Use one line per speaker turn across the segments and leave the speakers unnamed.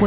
我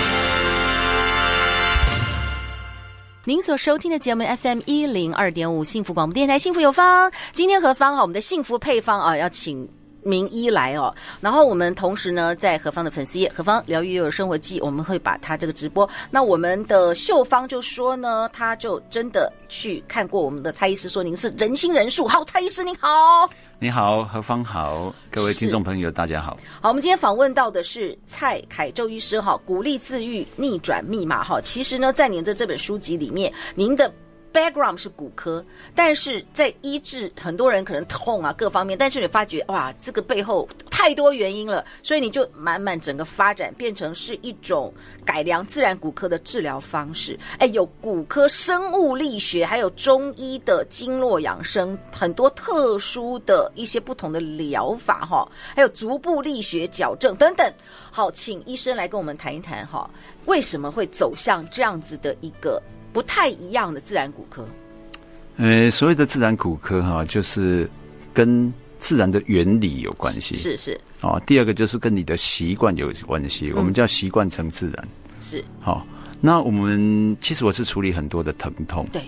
您所收听的节目 FM 一零二点五幸福广播电台，幸福有方。今天何方哈，我们的幸福配方啊，要请名医来哦。然后我们同时呢，在何方的粉丝页“何方疗愈又有生活记”，我们会把他这个直播。那我们的秀芳就说呢，她就真的去看过我们的蔡医师，说您是人心人术。好，蔡医师您好。
你好，何芳好，各位听众朋友，大家好。
好，我们今天访问到的是蔡凯周医师哈，鼓励自愈，逆转密码哈。其实呢，在您的这本书籍里面，您的 background 是骨科，但是在医治很多人可能痛啊各方面，但是你发觉哇，这个背后太多原因了，所以你就慢慢整个发展变成是一种改良自然骨科的治疗方式。哎，有骨科、生物力学，还有中医的经络养生，很多特殊的一些不同的疗法哈，还有足部力学矫正等等。好，请医生来跟我们谈一谈哈，为什么会走向这样子的一个不太一样的自然骨科？
呃，所谓的自然骨科哈、就是跟自然的原理有关系。
是是
哦，第二个就是跟你的习惯有关
嗯
系，我们叫习惯成自然。
是，
好、那我们其实我是处理很多的疼痛，
对，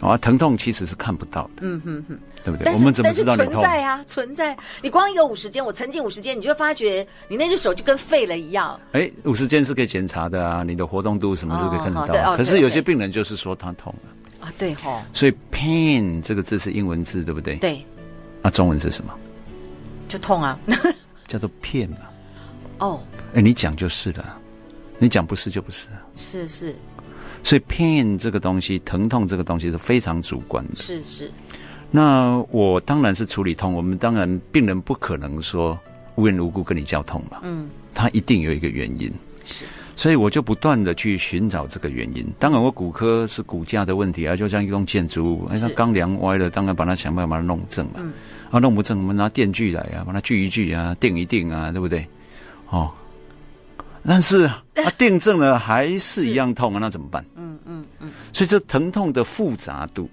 啊、疼痛其实是看不到的，嗯哼哼，对不对？
但
我
是
们怎么
但
知
是
道你
存
痛？
在啊，存在。你光一个五十肩，我沉浸五十肩，你就会发觉你那只手就跟废了一样。
哎，五十肩是可以检查的啊，你的活动度什么是可以看得
哦对
到。啊
哦
可
对
是有
，OK
些病人就是说他痛了，
啊，对吼、
所以 pain 这个字是英文字，对不对？。
对，
那、中文是什么？
就痛啊。
叫做骗嘛。
哦，
哎，你讲就是了，你讲不是就不是啊。
是是
所以 pain 这个东西，疼痛这个东西是非常主观的。
是是，
那我当然是处理痛，我们当然病人不可能说无缘无故跟你叫痛嘛，
嗯，
他一定有一个原因。
是
所以我就不断的去寻找这个原因。当然，我骨科是骨架的问题啊，就像一栋建筑物，哎，它
是嗯
钢梁歪了，当然把它想办法把它弄正嘛。啊，弄不正，我们拿电锯来啊，把它锯一锯啊，定一定啊，对不对？哦，但是 啊，定正了还是一样痛啊，那怎么办？嗯嗯嗯。所以这疼痛的复杂度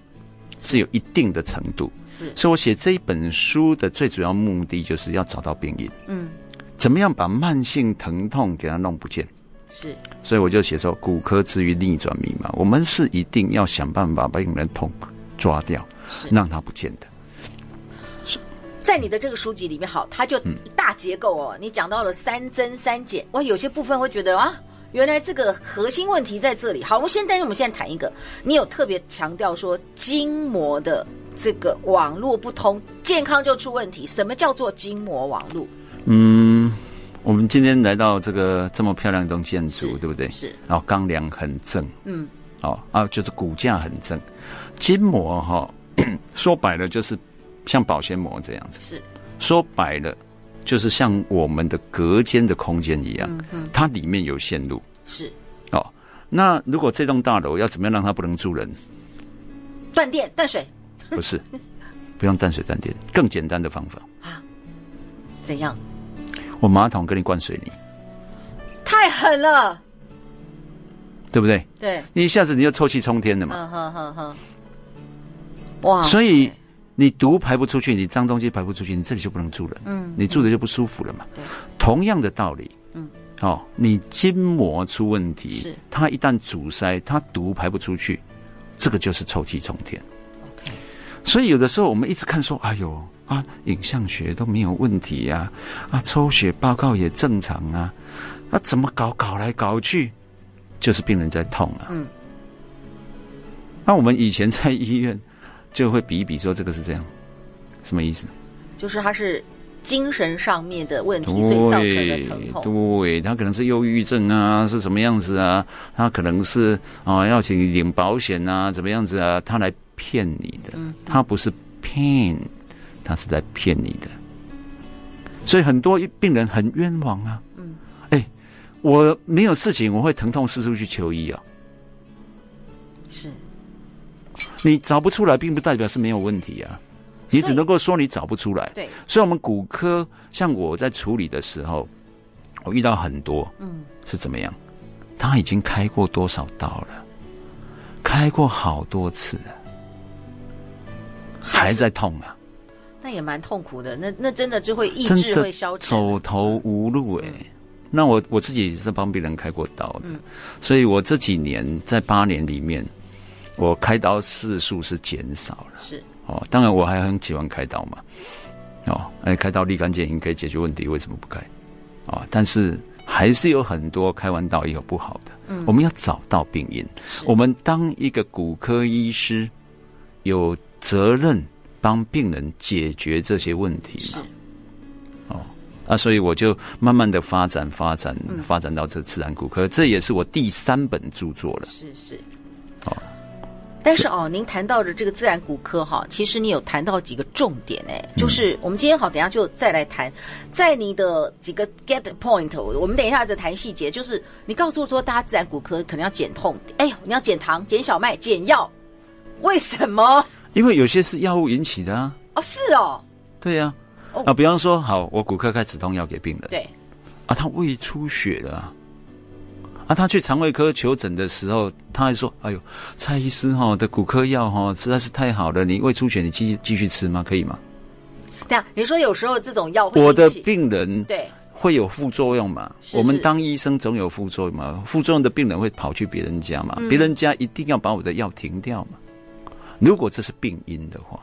是有一定的程度。
是，
所以我写这一本书的最主要目的就是要找到病因，
嗯
怎么样把慢性疼痛给它弄不见。
是
所以我就写说，骨科之于逆转密码，我们是一定要想办法把病人痛抓掉，
是。
让它不见的。
在你的这个书籍里面，好，它就
嗯
一大结构哦。你讲到了三增三减，哇，有些部分会觉得啊，原来这个核心问题在这里。好，我们先，但是我们现在谈一个，你有特别强调说筋膜的这个网络不通，健康就出问题。什么叫做筋膜网络？
嗯，我们今天来到这个这么漂亮的一栋建筑，对不对？
是，
然后哦钢梁很正，
嗯，
哦啊，就是骨架很正，筋膜哈、 说白了就是像保鲜膜这样子，
是
说白了就是像我们的隔间的空间一样，
嗯
它里面有线路
是，
哦。那如果这栋大楼要怎么样让它不能住 人？
断电断水
不是，不用淡水淡电，更简单的方法，
怎样？
我马桶给你灌水泥，
太狠了，
对不对？
对，
你一下子你就臭气冲天了嘛。
嗯哦哼哼哼，哇，
所以你毒排不出去，你脏东西排不出去，你这里就不能住了，
嗯，
你住的就不舒服了嘛
对。
同样的道理，
嗯，
哦，你筋膜出问
是
题，它一旦阻塞，它毒排不出去，这个就是臭气冲天。
OK，
所以有的时候我们一直看说，哎呦啊，影像学都没有问题呀、啊，抽血报告也正常啊，啊，怎么搞搞来搞去，就是病人在痛啊。
嗯。
那我们以前在医院就会比一比说这个是这样，什么意思？
就是它是精神上面的 问题，所以造成的疼痛。
对，他可能是忧郁症啊，是什么样子啊？他可能是啊、要请你领保险啊，怎么样子啊？他来骗你的，
嗯
他不是骗，他是在骗你的。所以很多病人很冤枉啊。嗯，哎，我
嗯
没有事情，我会疼痛四处去求医啊。
是，
你找不出来，并不代表是没有问题啊。你
所
只
以
能够说你找不出来。
对，
所以，我们骨科像我在处理的时候，我遇到很多，
嗯，
是怎么样？他已经开过多少刀了？开过好多次了，还在痛啊！
那也蛮痛苦的，那那真的就会意
真
志
的
会消沉。啊嗯
走投无路哎、那我我自己是帮别人开过刀的，所以我这几年在八年里面，我开刀次数是减少了。
是，
哦，当然我还很喜欢开刀嘛，哦，哎，开刀立竿见影可以解决问题，为什么不开？啊、但是还是有很多开完刀以后不好的，嗯、我们要找到病因。我们当一个骨科医师，有责任帮病人解决这些问题嘛。哦，啊，所以我就慢慢的发展、发展、发展到这自然骨科，这也是我第三本著作了。
是是。
哦
但是哦，您谈到的这个自然骨科哈，其实你有谈到几个重点哎，
嗯
就是我们今天好，等一下就再来谈，在你的几个 get point，我们等一下再谈细节。就是你告诉我说，大家自然骨科可能要减痛，哎呦，你要减糖、减小麦、减药，为什么？
因为有些是药物引起的啊，
哦，是哦，
对呀、
哦
啊，比方说，好，我骨科开止痛药给病人，
对，
啊，他胃出血了啊、啊，他去肠胃科求诊的时候，他还说：“哎呦，蔡医师哈、的骨科药哈、实在是太好了，你胃出血你继续继续吃吗？可以吗
对啊，你说有时候这种药？”会
我的
引起
病人
对
会有副作用嘛？
是
我们
是
当医生总有副作用嘛，副作用的病人会跑去别人家嘛，
嗯
别人家一定要把我的药停掉嘛。如果这是病因的话，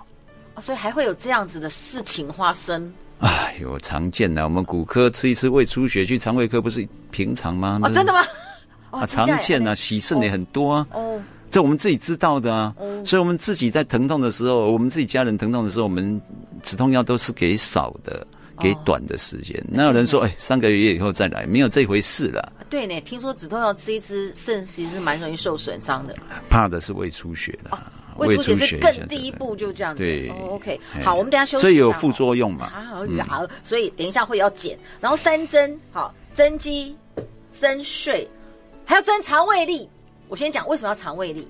哦所以还会有这样子的事情发生
哎呦，常见的，我们骨科吃一吃胃出血，去肠胃科不是平常吗？
哦，真的吗？哦，
嗯啊，
真假
常
的
见啊，喜肾也很多啊。
哦，
这我们自己知道的啊，
嗯
所以我们自己在疼痛的时候，我们自己家人疼痛的时候，我们止痛药都是给少的，
哦
给短的时间。哪有人 说，哎，三个月以后再来？没有这回事了。
对呢，听说止痛药吃一吃，肾其实是蛮容易受损伤的。
怕的是胃出血的，
哦胃出血是
一
更
下
第一
子
步就这样子。
对
哦，OK，
哎
好，我们等一下休息一下哦。
所以有副作用嗯嘛？
啊，好，所以等一下会要减，然后三增，好，增肌、增睡，还要增肠胃力。我先讲为什么要肠胃力，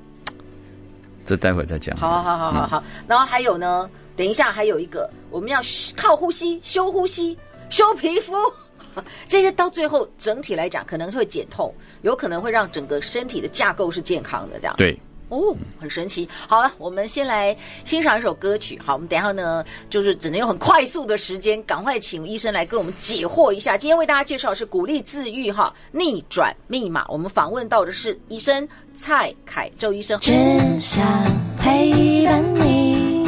这待会再讲。
好好好好好好，
嗯
然后还有呢，等一下还有一个，我们要嘘靠呼吸、修呼吸、修皮肤， 这些到最后整体来讲可能会减痛，有可能会让整个身体的架构是健康的这样。
对，
哦，很神奇。好了，我们先来欣赏一首歌曲。好，我们等一下呢，就是只能用很快速的时间，赶快请医生来跟我们解惑一下。今天为大家介绍的是鼓励自愈哈，逆转密码。我们访问到的是医生蔡凯周医生。
只想陪伴你，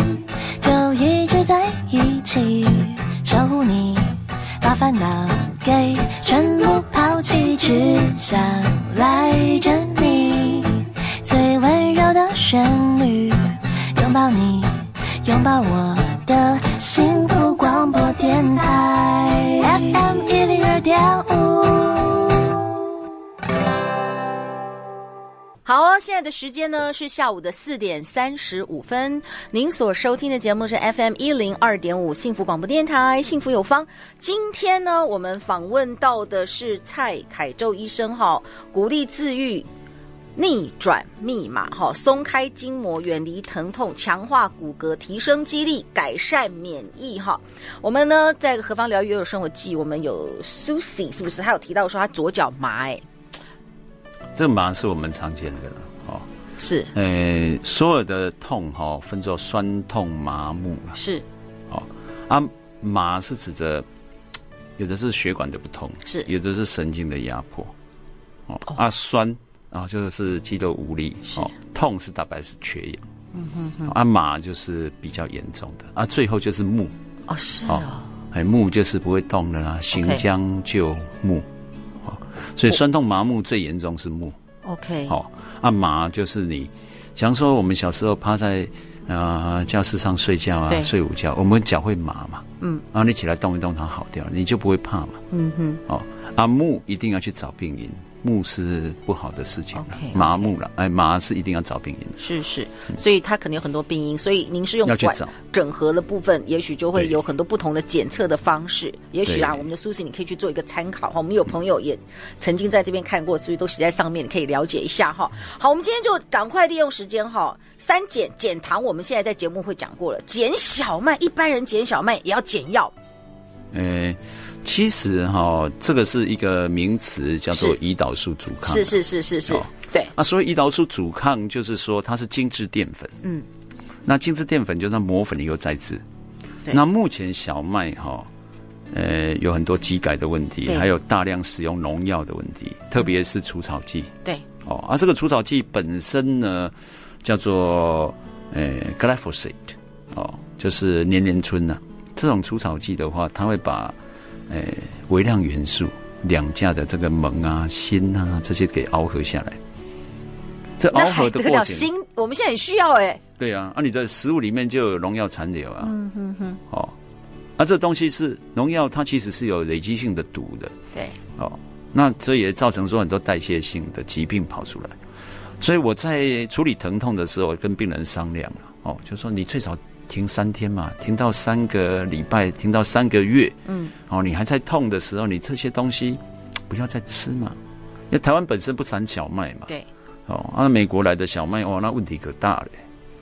就一直在一起，守护你，把烦恼给全部抛弃，只想赖着你，最温柔的旋律，拥抱你，拥抱我的幸福广播电台 FM 一零二点五。
好，现在的时间呢是下午的四点三十五分。您所收听的节目是 FM 一零二点五幸福广播电台《幸福有方》。今天呢，我们访问到的是蔡凯宙医生哈，鼓励自愈。逆转密码哈，松开筋膜，远离疼痛，强化骨骼，提升肌力，改善免疫哈。我们呢，在何方疗愈有生活记，我们有 Susie 是不是？她有提到说她左脚麻哎、
这麻是我们常见的了。哦，
是
呃，所有的痛哈、哦，分作酸痛、麻木啊。
是
啊，麻是指着有的是血管的不通，
是
有的是神经的压迫，哦，啊酸啊就是肌肉无力，哦，痛是大白是缺氧，嗯哼啊麻就是比较严重的，啊最后就是木，
哦是
哦
哦
哎木就是不会动的啦，行将就木，哦，所以酸痛麻木最严重是木，
OK，
哦，啊麻就是你，假如说我们小时候趴在呃教室上睡觉
对
啊，睡午觉，我们脚会麻嘛，嗯，然后你起来动一动它好掉了，你就不会怕嘛，
嗯哼，
哦，啊木一定要去找病因，目是不好的事情了
OK，OK
麻木了，哎，麻是一定要找病因的。
是是，所以它可能有很多病因，所以您是用
嗯要去
管
找
整合的部分，也许就会
对
有很多不同的检测的方式。也许啊，
对
我们的苏轼你可以去做一个参考哈。我们有朋友也曾经在这边看过，所以都写在上面，你可以了解一下哈。好，我们今天就赶快利用时间哈。三减减糖，我们现在在节目会讲过了，减小麦，一般人减小麦也要减药，
呃，其实哈、这个是一个名词，叫做
是
胰岛素阻抗。
是是是是是
哦，
对，
啊，所以胰岛素阻抗就是说它是精致淀粉。
嗯，
那精致淀粉就是它磨粉以后再制。
对
那目前小麦哈、呃，有很多机改的问题，
对
还有大量使用农药的问题，特别是除草剂。
嗯对，
哦，啊，这个除草剂本身呢，叫做呃 glyphosate，哦，就是年年春呐、这种除草剂的话，它会把呃微量元素两价的这个锰啊、锌啊这些给螯合下来。这
那
螯合
还
的
得
过
了
程
心，？我们现在很需要哎、
对啊，啊，你的食物里面就有农药残留啊。
嗯哼哼，
哦，啊，这东西是农药，它其实是有累积性的毒的。
对，
哦，那这也造成说很多代谢性的疾病跑出来。所以我在处理疼痛的时候，跟病人商量了，哦，就说你最少停三天嘛，停到三个礼拜，停到三个月，
嗯，
哦，你还在痛的时候，你这些东西不要再吃嘛，因为台湾本身不产小麦嘛，
对。
哦，啊，美国来的小麦，哦，那问题可大了，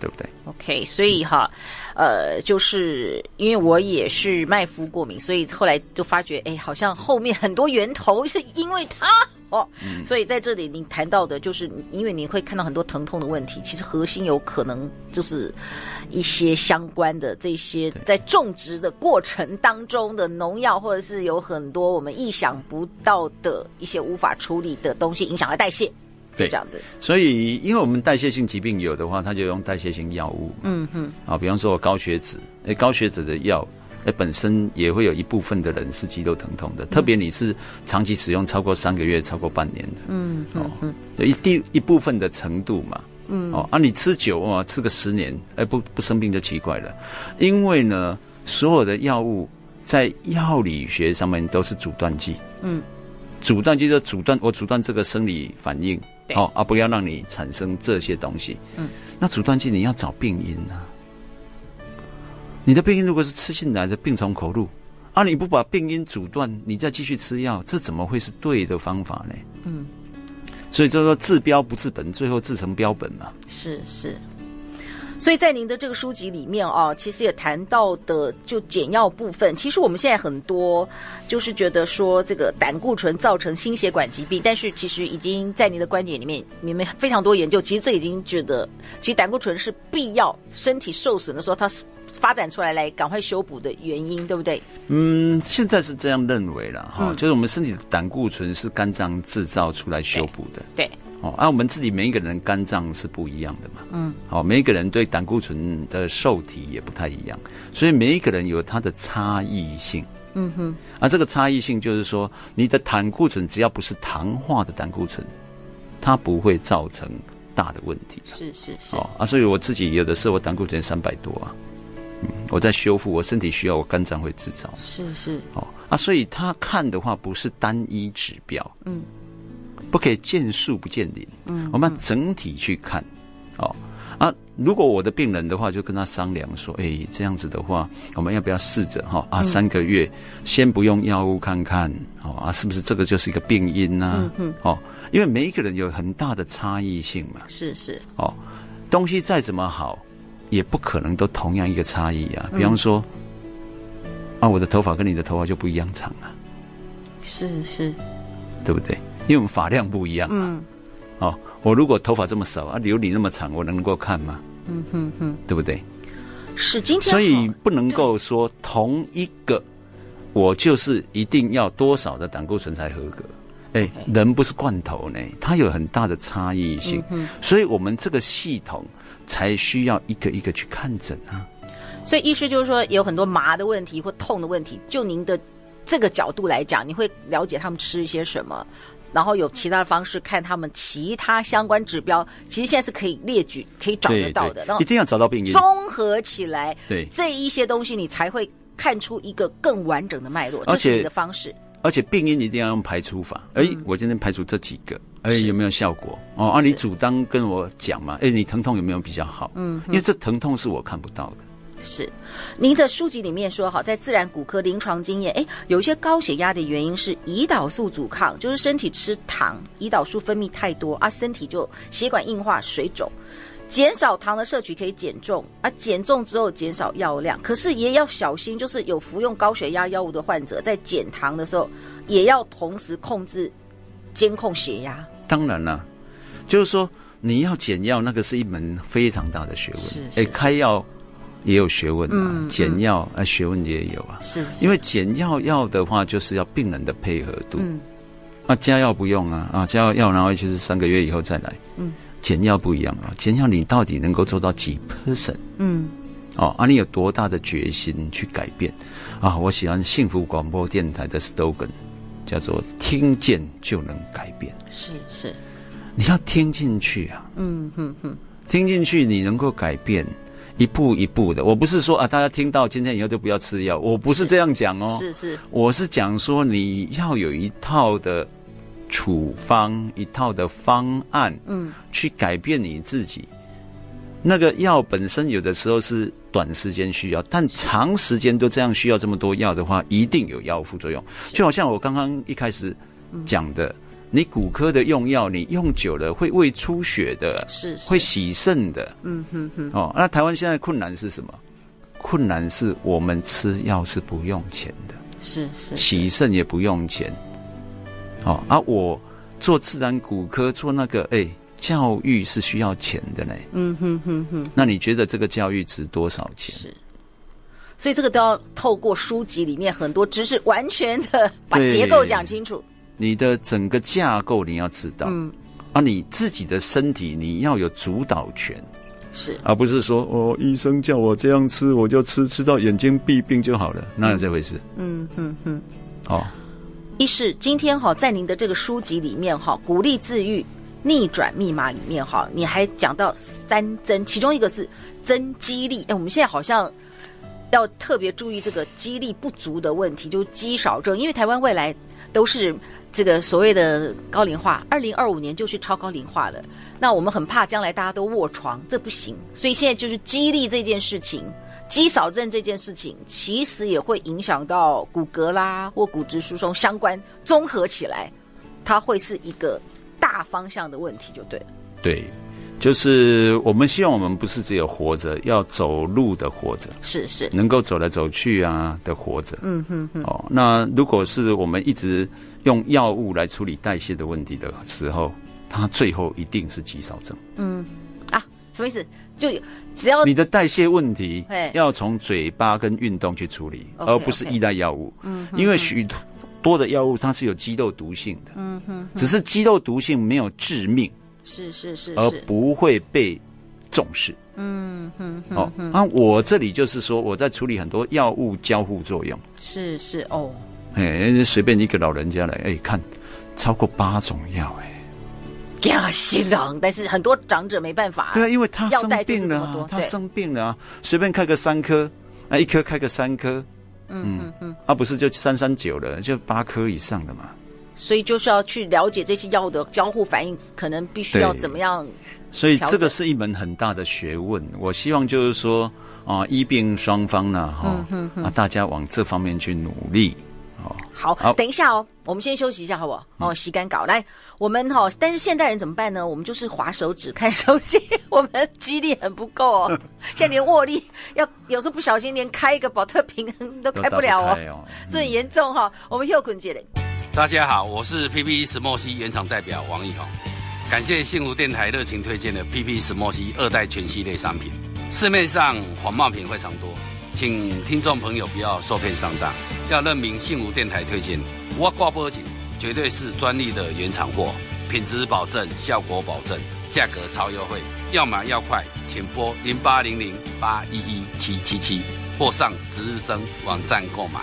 对不对？
OK，所以哈，呃，就是因为我也是麦麸过敏，所以后来就发觉，哎，好像后面很多源头是因为它哦。所以在这里，您谈到的就是，因为你会看到很多疼痛的问题，其实核心有可能就是一些相关的这些在种植的过程当中的农药，或者是有很多我们意想不到的一些无法处理的东西，影响了代谢，就
对
这样子。
所以，因为我们代谢性疾病有的话，它就用代谢性药物。嗯哼。啊，比方说我高血脂，哎，高血脂的药，哎，本身也会有一部分的人是肌肉疼痛的，特别你是长期使用超过三个月、超过半年的。嗯哦，有一定一部分的程度嘛。嗯。哦，啊，你吃久啊，吃个十年，哎，不不生病就奇怪了，因为呢，所有的药物在药理学上面都是阻断剂。阻断就是阻断我阻断这个生理反应，
对
哦啊，不要让你产生这些东西。嗯，那阻断剂你要找病因啊。你的病因如果是吃进来的病从口入，啊，你不把病因阻断，你再继续吃药，这怎么会是对的方法呢？嗯，所以就说治标不治本，最后治成标本嘛。
是是。所以在您的这个书籍里面啊，其实也谈到的就简要部分。其实我们现在很多就是觉得说这个胆固醇造成心血管疾病，但是其实已经在您的观点里面，你们非常多研究，其实这已经觉得，其实胆固醇是必要身体受损的时候，它是发展出来来赶快修补的原因，对不对？
嗯，现在是这样认为了哈、就是我们身体的胆固醇是肝脏制造出来修补的。
对，
哦，啊，我们自己每一个人肝脏是不一样的嘛，嗯，哦，每一个人对胆固醇的受体也不太一样，所以每一个人有它的差异性，
嗯哼，
啊，这个差异性就是说，你的胆固醇只要不是糖化的胆固醇，它不会造成大的问题，
是是是，
哦，啊，所以我自己有的时候我胆固醇三百多啊，嗯，我在修复，我身体需要，我肝脏会制造，
是是，
哦啊，所以他看的话不是单一指标，
嗯，
不可以见树不见林，嗯，我们要整体去看，哦啊，如果我的病人的话，就跟他商量说，哎、这样子的话，我们要不要试着哈啊，三个月先不用药物看看，哦啊，是不是这个就是一个病因呢、嗯哦，因为每一个人有很大的差异性嘛，
是是，
哦，东西再怎么好，也不可能都同样一个差异啊。
嗯
比方说，啊，我的头发跟你的头发就不一样长啊，
是是，嗯
对不对？因为我们发量不一样嘛。哦，我如果头发这么少啊，留你那么长，我能够看吗？
嗯哼哼，
对不对？
是今天
所以
好
不能够说同一个，我就是一定要多少的胆固醇才合格。哎，人不是罐头呢，它有很大的差异性，
嗯
所以我们这个系统才需要一个一个去看诊啊。
所以医师就是说有很多麻的问题或痛的问题，就您的这个角度来讲，你会了解他们吃一些什么，然后有其他的方式看他们其他相关指标，其实现在是可以列举、可以找
对
得到的，哦
对
然后
一定要找到病因。
综合起来，
对
这一些东西，你才会看出一个更完整的脉络，这
而
是
且
你的方式。
而且病因一定要用排除法。哎、
嗯
我今天排除这几个，哎，有没有效果？哦，啊，你主当跟我讲嘛，哎，你疼痛有没有比较好？嗯，因为这疼痛是我看不到的。
是，您的书籍里面说哈，在自然骨科临床经验，哎，有一些高血压的原因是胰岛素阻抗，就是身体吃糖，胰岛素分泌太多啊，身体就血管硬化、水肿。减少糖的摄取可以减重啊，减重之后减少药量，可是也要小心，就是有服用高血压药物的患者在减糖的时候，也要同时控制监控血压。
当然啦、就是说你要减药，那个是一门非常大的学问。
是是
哎，开药也有学问啊，
嗯
减药啊学问也有啊。
是，
因为减药药的话，就是要病人的配合度。
嗯
啊，加药不用啊，啊，加药药然后就是三个月以后再来。
嗯，
减药不一样啊，减药你到底能够做到几 percent？
嗯，
哦，啊，你有多大的决心去改变？啊，我喜欢幸福广播电台的 slogan，叫做“听见就能改变
是是，”。
你要听进去啊，
嗯哼哼，
听进去，你能够改变，一步一步的。我不是说啊，大家听到今天以后就不要吃药，我不是这样讲哦。
是是
我是讲说你要有一套的处方，一套的方案，嗯，去改变你自己。那个药本身有的时候是短时间需要，但长时间都这样需要这么多药的话，一定有药物副作用。就好像我刚刚一开始讲的，你骨科的用药，你用久了会胃出血的，
是，
会洗肾的。
嗯哼哼，
哦，那台湾现在的困难是什么？困难是我们吃药是不用钱的。
是是
洗肾也不用钱。哦，啊，我做自然骨科做那个，哎、教育是需要钱的呢。
嗯哼哼哼，
那你觉得这个教育值多少钱？
是。所以这个都要透过书籍里面很多知识，完全的把
对
结构讲清楚。
你的整个架构你要知道。
嗯
啊，你自己的身体你要有主导权，
是
而不是说哦，医生叫我这样吃我就吃，吃到眼睛闭病就好了，哪有这回事？
嗯哼哼。
哦，
一是今天哈，在您的这个书籍里面哈，《鼓励自愈逆转密码》里面哈，你还讲到三增，其中一个是增肌力。哎，我们现在好像要特别注意这个肌力不足的问题，就是肌少症，因为台湾未来都是这个所谓的高龄化，二零二五年就是超高龄化了。那我们很怕将来大家都卧床，这不行。所以现在就是肌力这件事情，肌少症这件事情，其实也会影响到骨骼啦或骨质疏松相关，综合起来，它会是一个大方向的问题，就对了。
对，就是我们希望我们不是只有活着，要走路的活着。
是是，
能够走来走去啊的活着。
嗯哼哼，
哦，那如果是我们一直用药物来处理代谢的问题的时候，它最后一定是肌少症。
啊，什么意思？就只要
你的代谢问题
哦嘿
要从嘴巴跟运动去处理，
OK，
而不是依赖药物。嗯，因为许多的药物它是有肌肉毒性的，
嗯哼，
只是肌肉毒性没有致命，
是是是
而
是，
不会被重视。
嗯哼哼，
哦，那我这里就是说我在处理很多药物交互作用。
是是哦，
哎，随便一个老人家来，哎，看超过八种药，哎，
惊死人！但是很多长者没办法，
对啊，因为他
药
生
代就是
病了、
这么多
啊，他
对
生病了啊，随便开个三颗，啊，一颗开个三颗，
嗯嗯嗯，
啊，不是就三三九了，就八颗以上的嘛。
所以就是要去了解这些药的交互反应，可能必须要
对
怎么样
所以这
调整
个是一门很大的学问，我希望就是说啊，医病双方呢，哈、
嗯
啊，大家往这方面去努力。
好，
好
等一下哦，我们先休息一下，好不好？哦，洗干搞来，我们哈、哦，但是现代人怎么办呢？我们就是划手指、看手机，我们肌力很不够 哦，现在连握力要有时候不小心连开一个保特瓶都
都
开不了
打
哦
开，哦
这很严重哈、我们又困姐嘞，
大家好，我是 PP 石墨烯原厂代表王奕宏，感谢幸福电台热情推荐的 PP 石墨烯二代全系列商品。市面上仿冒品非常多，请听众朋友不要受骗上当，要认明幸福电台推荐。我挂波警，绝对是专利的原厂货，品质保证，效果保证，价格超优惠。要买要快，请拨零八零零八一一七七七或上值日生网站购买。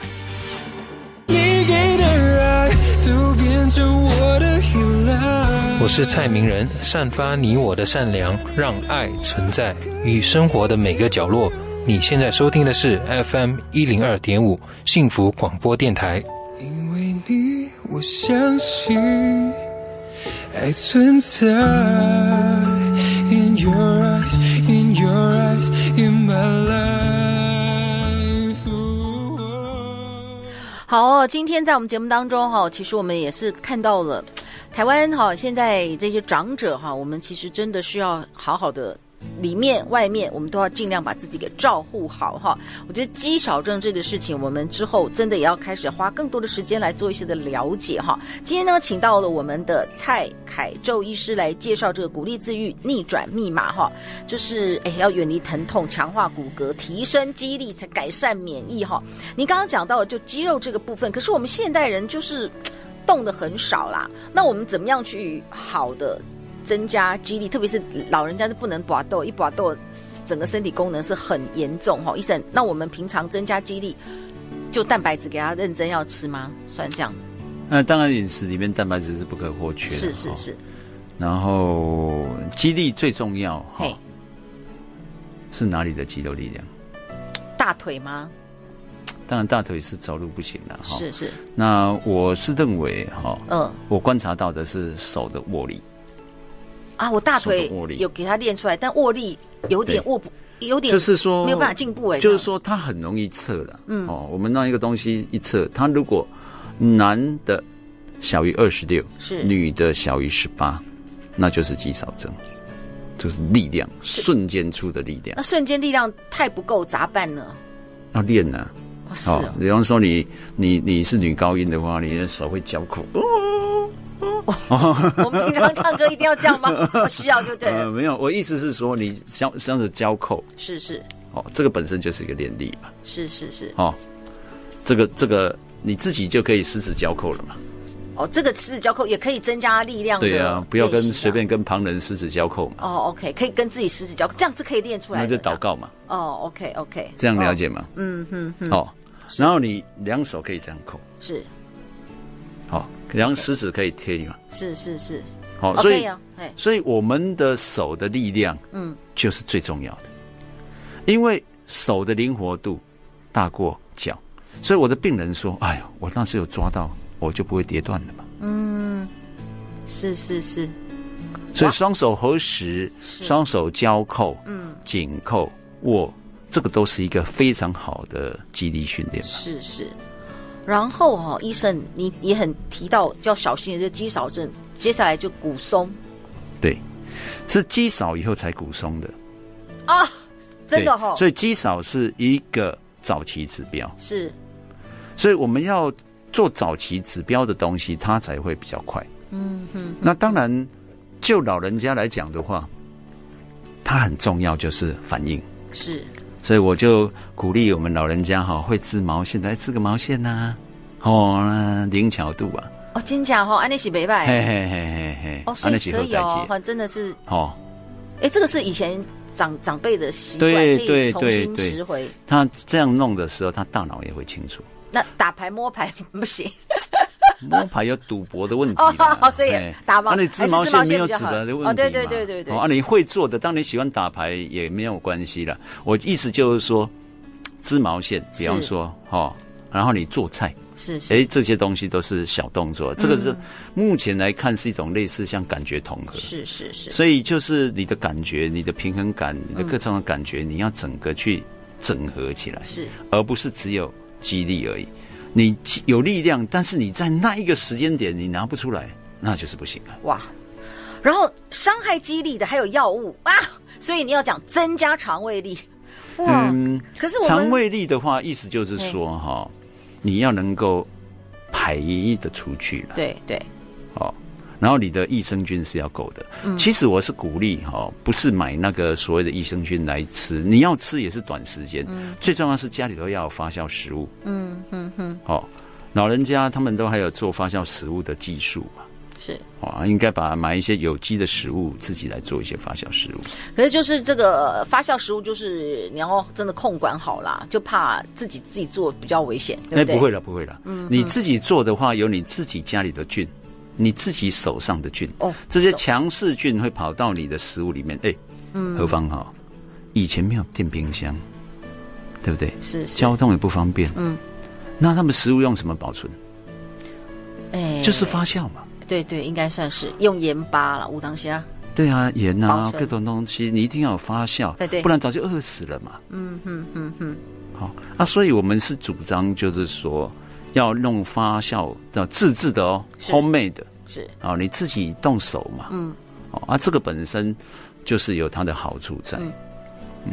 你给的爱都变成我的依赖。
我是蔡明仁，散发你我的善良，让爱存在与生活的每个角落。你现在收听的是 FM 一零二点五幸福广播电台。
因为里，我相信爱存在。In your eyes, in your eyes, in my life. oh, Ooh.
好哦，今天在我们节目当中哈、其实我们也是看到了台湾哈、现在这些长者哈、我们其实真的是要好好的。里面、外面，我们都要尽量把自己给照顾好哈。我觉得肌少症这个事情，我们之后真的也要开始花更多的时间来做一些的了解哈。今天呢，请到了我们的蔡凯宙医师来介绍这个鼓励自愈逆转密码哈，就是哎要远离疼痛，强化骨骼，提升肌力，才改善免疫哈。您刚刚讲到的就肌肉这个部分，可是我们现代人就是嘖动的很少啦。那我们怎么样去好的增加肌力？特别是老人家是不能拔豆，一拔豆整个身体功能是很严重哈。医生，那我们平常增加肌力，就蛋白质给他认真要吃吗？算这样，
那当然饮食里面蛋白质是不可或缺的，
是是
哦
是，
然后肌力最重要哈、
嘿，
是哪里的肌肉力量？
大腿吗？
当然大腿是走路不行了哈。
是是，
那我是认为哈、
嗯
我观察到的是手的握力，
啊，我大
手的
腿
握力
有给他练出来，但握力有点
对
握不，有点
就是说
没有办法进步哎、
就
这
是
样
说它很容易测了。嗯，哦，我们让一个东西一测，它如果男的小于二十六，
是
女的小于十八，那就是肌少症，就是力量瞬间出的力量
那瞬间力量太不够，咋办呢？
要练呢、啊。
哦，是哦，
比方说你你你是女高音的话，你的手会绞苦。
我们平常唱歌一定要这 样吗？我需要就对
呃，
了，
没有，我意思是说你像像是交扣，
是是
哦，这个本身就是一个练力嘛，
是是是，
哦，这个这个你自己就可以十指交扣了嘛。
哦，这个十指交扣也可以增加力量的
对
练习
啊
啊，，
不要跟随便跟旁人十指交扣嘛，
哦，OK，可以跟自己十指交扣，这样子可以练出来
那
的，
就祷告嘛，
这样哦，OK OK，
这样了解吗？
嗯哼哼，
哦，然后你两手可以这样扣，
是
哦，两食指可以贴嘛，
是是是，
好，
哦
所
可
以
以啊哎
所以我们的手的力量，
嗯，
就是最重要的，因为手的灵活度大过脚，所以我的病人说，哎呦，我那时有抓到，我就不会跌断了嘛。
是是是，
所以双手合十、双手交扣、嗯，紧扣、握，这个都是一个非常好的肌力训练嘛。
是是。然后哈、哦，医生，你也很提到要小心的这肌少症，接下来就骨松
对，是肌少以后才骨松的，
啊，真的
对
哈、哦，
所以肌少是一个早期指标，
是
所以我们要做早期指标的东西，它才会比较快。
嗯哼，
那当然，就老人家来讲的话，它很重要就是反应。
是
所以我就鼓励我们老人家哈、会织毛线的，来织个毛线呐、哦，那灵巧度啊，
哦，真假哈、哦，安利是没败。
嘿嘿嘿嘿嘿，啊
哦，所以可以哦，
解
很真的是，
哦，
哎，这个是以前长长辈的习惯，
对
可以
对
重新
对对
拾回。
他这样弄的时候，他大脑也会清楚。
那打牌摸牌 不行，
摸牌有赌博的问题啦
哦，所以
哎
打毛
啊，你织毛线没
还
有
是
纸
织毛线比较
牌的问
好
题嘛
哦对对对对对
哦啊，你会做的，当你喜欢打牌也没有关系了。我意思就是说，织毛线，比方
是
说哦，然后你做菜，
是是
哎，这些东西都是小动作。这个是目前来看是一种类似像感觉统合，
嗯是是是，
所以就是你的感觉、你的平衡感、你的各种的感觉，你要整个去整合起来，
是
而不是只有激励而已。你激有力量，但是你在那一个时间点你拿不出来，那就是不行啊。
哇。然后伤害肌力的还有药物啊，所以你要讲增加肠胃力，哇。
嗯，
啊可是我们
肠胃力的话，意思就是说哈、你要能够排的出去了，
对对
哦，然后你的益生菌是要够的。
嗯
其实我是鼓励哈、不是买那个所谓的益生菌来吃，你要吃也是短时间，
嗯
最重要是家里头要有发酵食物。嗯嗯嗯，哦，老人家他们都还有做发酵食物的技术嘛。
是。
哦，应该把买一些有机的食物，自己来做一些发酵食物。
可是就是这个呃发酵食物，就是你要真的控管好啦，就怕自己自己做比较危险，对不
哎，
对？嗯
不会了，不会了。你自己做的话，有你自己家里的菌，你自己手上的菌，
哦
这些
手
强势菌会跑到你的食物里面。哎，
嗯
何妨哈？以前没有电冰箱，对不对？
是是
交通也不方便。嗯，那他们食物用什么保存？
哎
就是发酵嘛。
对对，应该算是用盐巴了，武当虾。
对啊，盐
保
啊，
存
各种东西你一定要有发酵，
对对
不然早就饿死了嘛。
嗯哼哼哼，
好啊，所以我们是主张就是说要弄发酵的自制的哦
是
，homemade 的
是
啊，你自己动手嘛。
嗯，
哦啊，这个本身就是有它的好处在。
嗯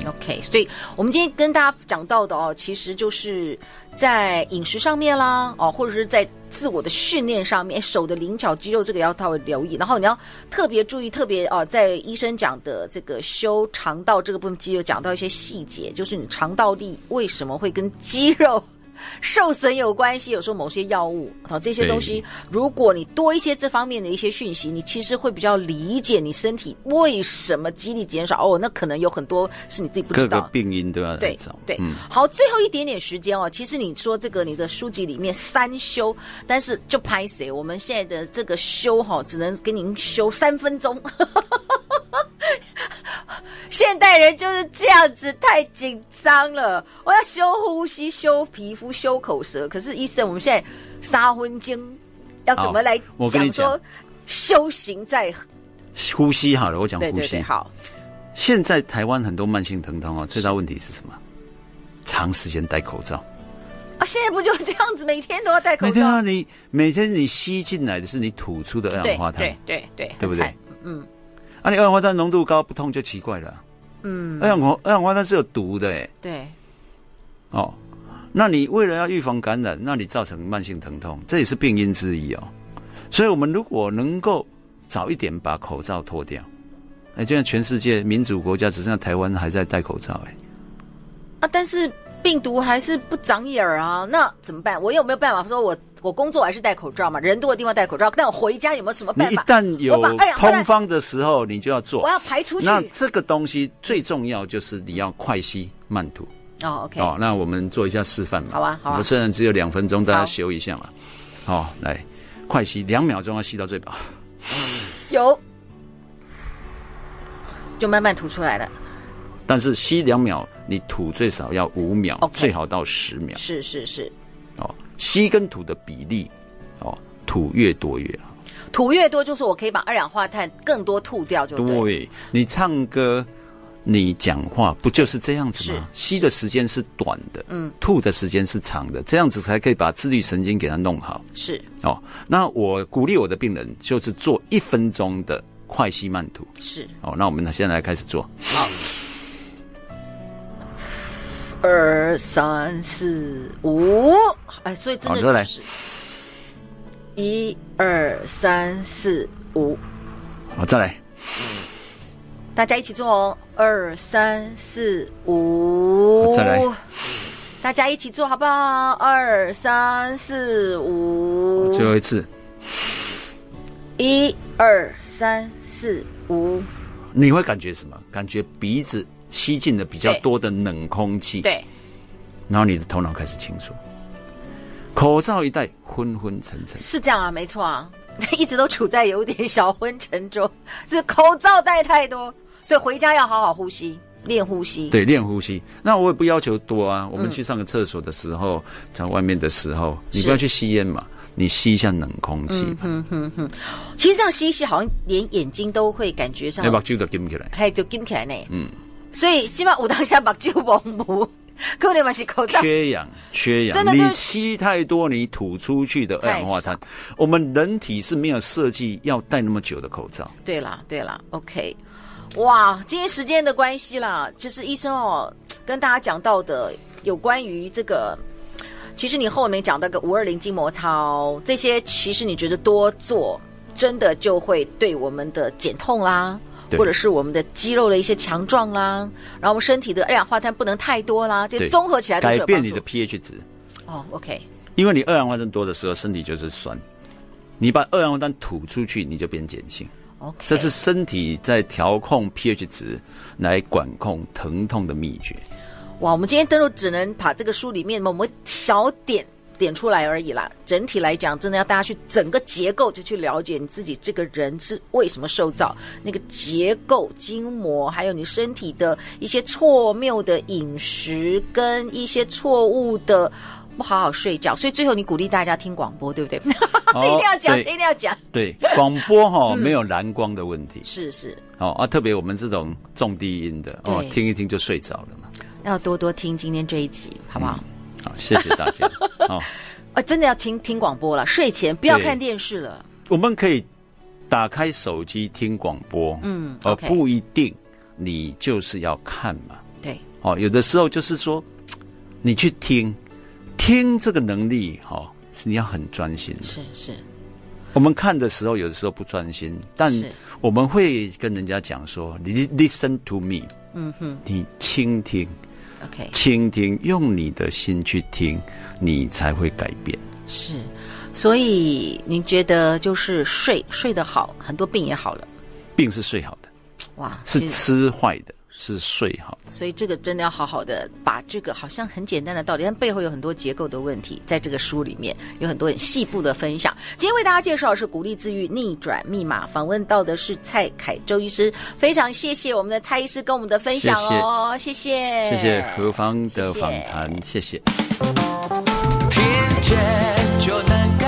OK。所以我们今天跟大家讲到的哦，其实就是在饮食上面啦，哦，或者是在自我的训练上面，哎手的灵巧肌肉这个要稍微留意，然后你要特别注意，特别哦，在医生讲的这个修肠道这个部分肌肉讲到一些细节，就是你肠道力为什么会跟肌肉。受损有关系，有时候某些药物啊，这些东西，如果你多一些这方面的一些讯息，你其实会比较理解你身体为什么肌力减少。哦，那可能有很多是你自己不知
各个
道。
病因都要来嗯
对
找。
对，好，最后一点点时间哦。其实你说这个你的书籍里面三修，但是就拍谁？我们现在的这个修哈、只能给您修三分钟。 现代人就是这样子，太紧张了。我要修呼吸、修皮肤、修口舌，可是医生，我们现在杀荤经要怎么来
好我跟你
讲说修行在？
呼吸好了，我讲
对
呼
对
吸。
对，好，
现在台湾很多慢性疼痛啊，最大问题是什么？长时间戴口罩。
啊，现在不就这样子，每天都要戴口
每
罩
天。啊，你每天你吸进来的是你吐出的二
对
氧化碳，
对对对，
对不
很
对
惨？嗯
啊，你二氧化碳浓度高不痛就奇怪了。啊
嗯，
二氧化二氧化碳是有毒的哎，
对，
哦，那你为了要预防感染，那你造成慢性疼痛，这也是病因之一哦。所以我们如果能够早一点把口罩脱掉，哎，就像全世界民主国家只剩下台湾还在戴口罩哎，
啊，但是病毒还是不长眼儿啊，那怎么办？我有没有办法说我我工作还是戴口罩嘛？人多的地方戴口罩，但我回家有没有什么
你
办
一
法？
旦有
我把二氧化
通
碳，
风的时候，你就要做
我。要排出去。
那这个东西最重要就是你要快吸慢吐。
哦，OK，
哦，那我们做一下示范嘛。
好啊好啊
我虽然只有两分钟，大
好
家修一下嘛。好、来，快吸，两秒钟要啊吸到最饱。
有，就慢慢吐出来了。
但是吸两秒，你吐最少要五秒
OK
最好到十秒。
是是是，
哦，吸跟吐的比例，哦，吐越多越好。
吐越多就是我可以把二氧化碳更多吐掉就哦对。
对，你唱歌，你讲话，不就是这样子吗？吸的时间是短的，嗯，吐的时间是长的，这样子才可以把自律神经给它弄好。
是
哦，那我鼓励我的病人就是做一分钟的快吸慢吐。
是，
哦，那我们现在开始做，
二三四五，哎，所以真的
好再来
就是一二三四五。
好，再来，
大家一起做哦，二三四五，
好再来
大家一起做好不好？二三四五，
最后一次，
一二三四五，
你会感觉什么？感觉鼻子吸进了比较多的冷空气，，
对，
然后你的头脑开始清楚。口罩一戴，昏昏沉沉。
是这样啊，没错啊， 一直都处在有点小昏沉中，是口罩戴太多，所以回家要好好呼吸，练呼吸。，
对，练呼吸。那我也不要求多啊。
嗯
我们去上个厕所的时候，在外面的时候，你不要去吸烟嘛，你吸一下冷空气嘛，
嗯其实这样吸一吸，好像连眼睛都会感觉上
要哎把酒都顶起 来。
还就金起来呢。嗯，所以起码有当下目睭蒙糊，可能嘛是口罩。
缺氧，缺氧
真的，就哎是
你吸太多，你吐出去的二氧化碳，我们人体是没有设计要戴那么久的口罩。
对啦，对啦，OK。哇，今天时间的关系啦，就是医生哦，跟大家讲到的有关于这个，其实你后面讲到个五二零筋膜操这些，其实你觉得多做，真的就会对我们的减痛啦。
对
或者是我们的肌肉的一些强壮啦，然后我们身体的二氧化碳不能太多啦，这
对，
综合起来都是
改
有
变
帮
你
助
的 pH 值，
哦，OK，
因为你二氧化碳多的时候，身体就是酸。你把二氧化碳吐出去，你就变碱性。
OK，
这是身体在调控 pH 值来管控疼痛的秘诀。
哇，我们今天登录只能把这个书里面某某小点点出来而已啦。整体来讲，真的要大家去整个结构就去了解你自己这个人是为什么受造，那个结构、筋膜，还有你身体的一些错谬的饮食跟一些错误的。不好好睡觉，所以最后你鼓励大家听广播，对不对？这
哦
一定要讲，
对
这一定要讲。
对，广播哈、没有蓝光的问题
是是，
哦啊，特别我们这种重低音的哦
对，
听一听就睡着了嘛。
要多多听今天这一集，好不好？
好，谢谢大 家。好，
啊，真的要听听广播了，睡前不要
对
看电视了。
我们可以打开手机听广播，
嗯
而
OK
不一定你就是要看嘛。
对，
哦，有的时候就是说，你去听，听这个能力哈、哦，是你要很专心的。
是是，
我们看的时候，有的时候不专心，但
是
我们会跟人家讲说你，listen to me，
嗯哼
你倾听，
，OK。
倾听，用你的心去听，你才会改变。
是，所以您觉得就是睡睡得好，很多病也好了，
病是睡好的，
哇，
是
这
吃坏的，是睡好的。
所以这个真的要好好的把这个好像很简单的道理，但背后有很多结构的问题，在这个书里面有很多很细部的分享。今天为大家介绍的是《鼓励自愈逆转密码》，访问到的是蔡凯周医师，非常谢谢我们的蔡医师跟我们的分享哦，谢谢，
谢谢何芳的
谢谢
访谈，谢谢。
疲倦就能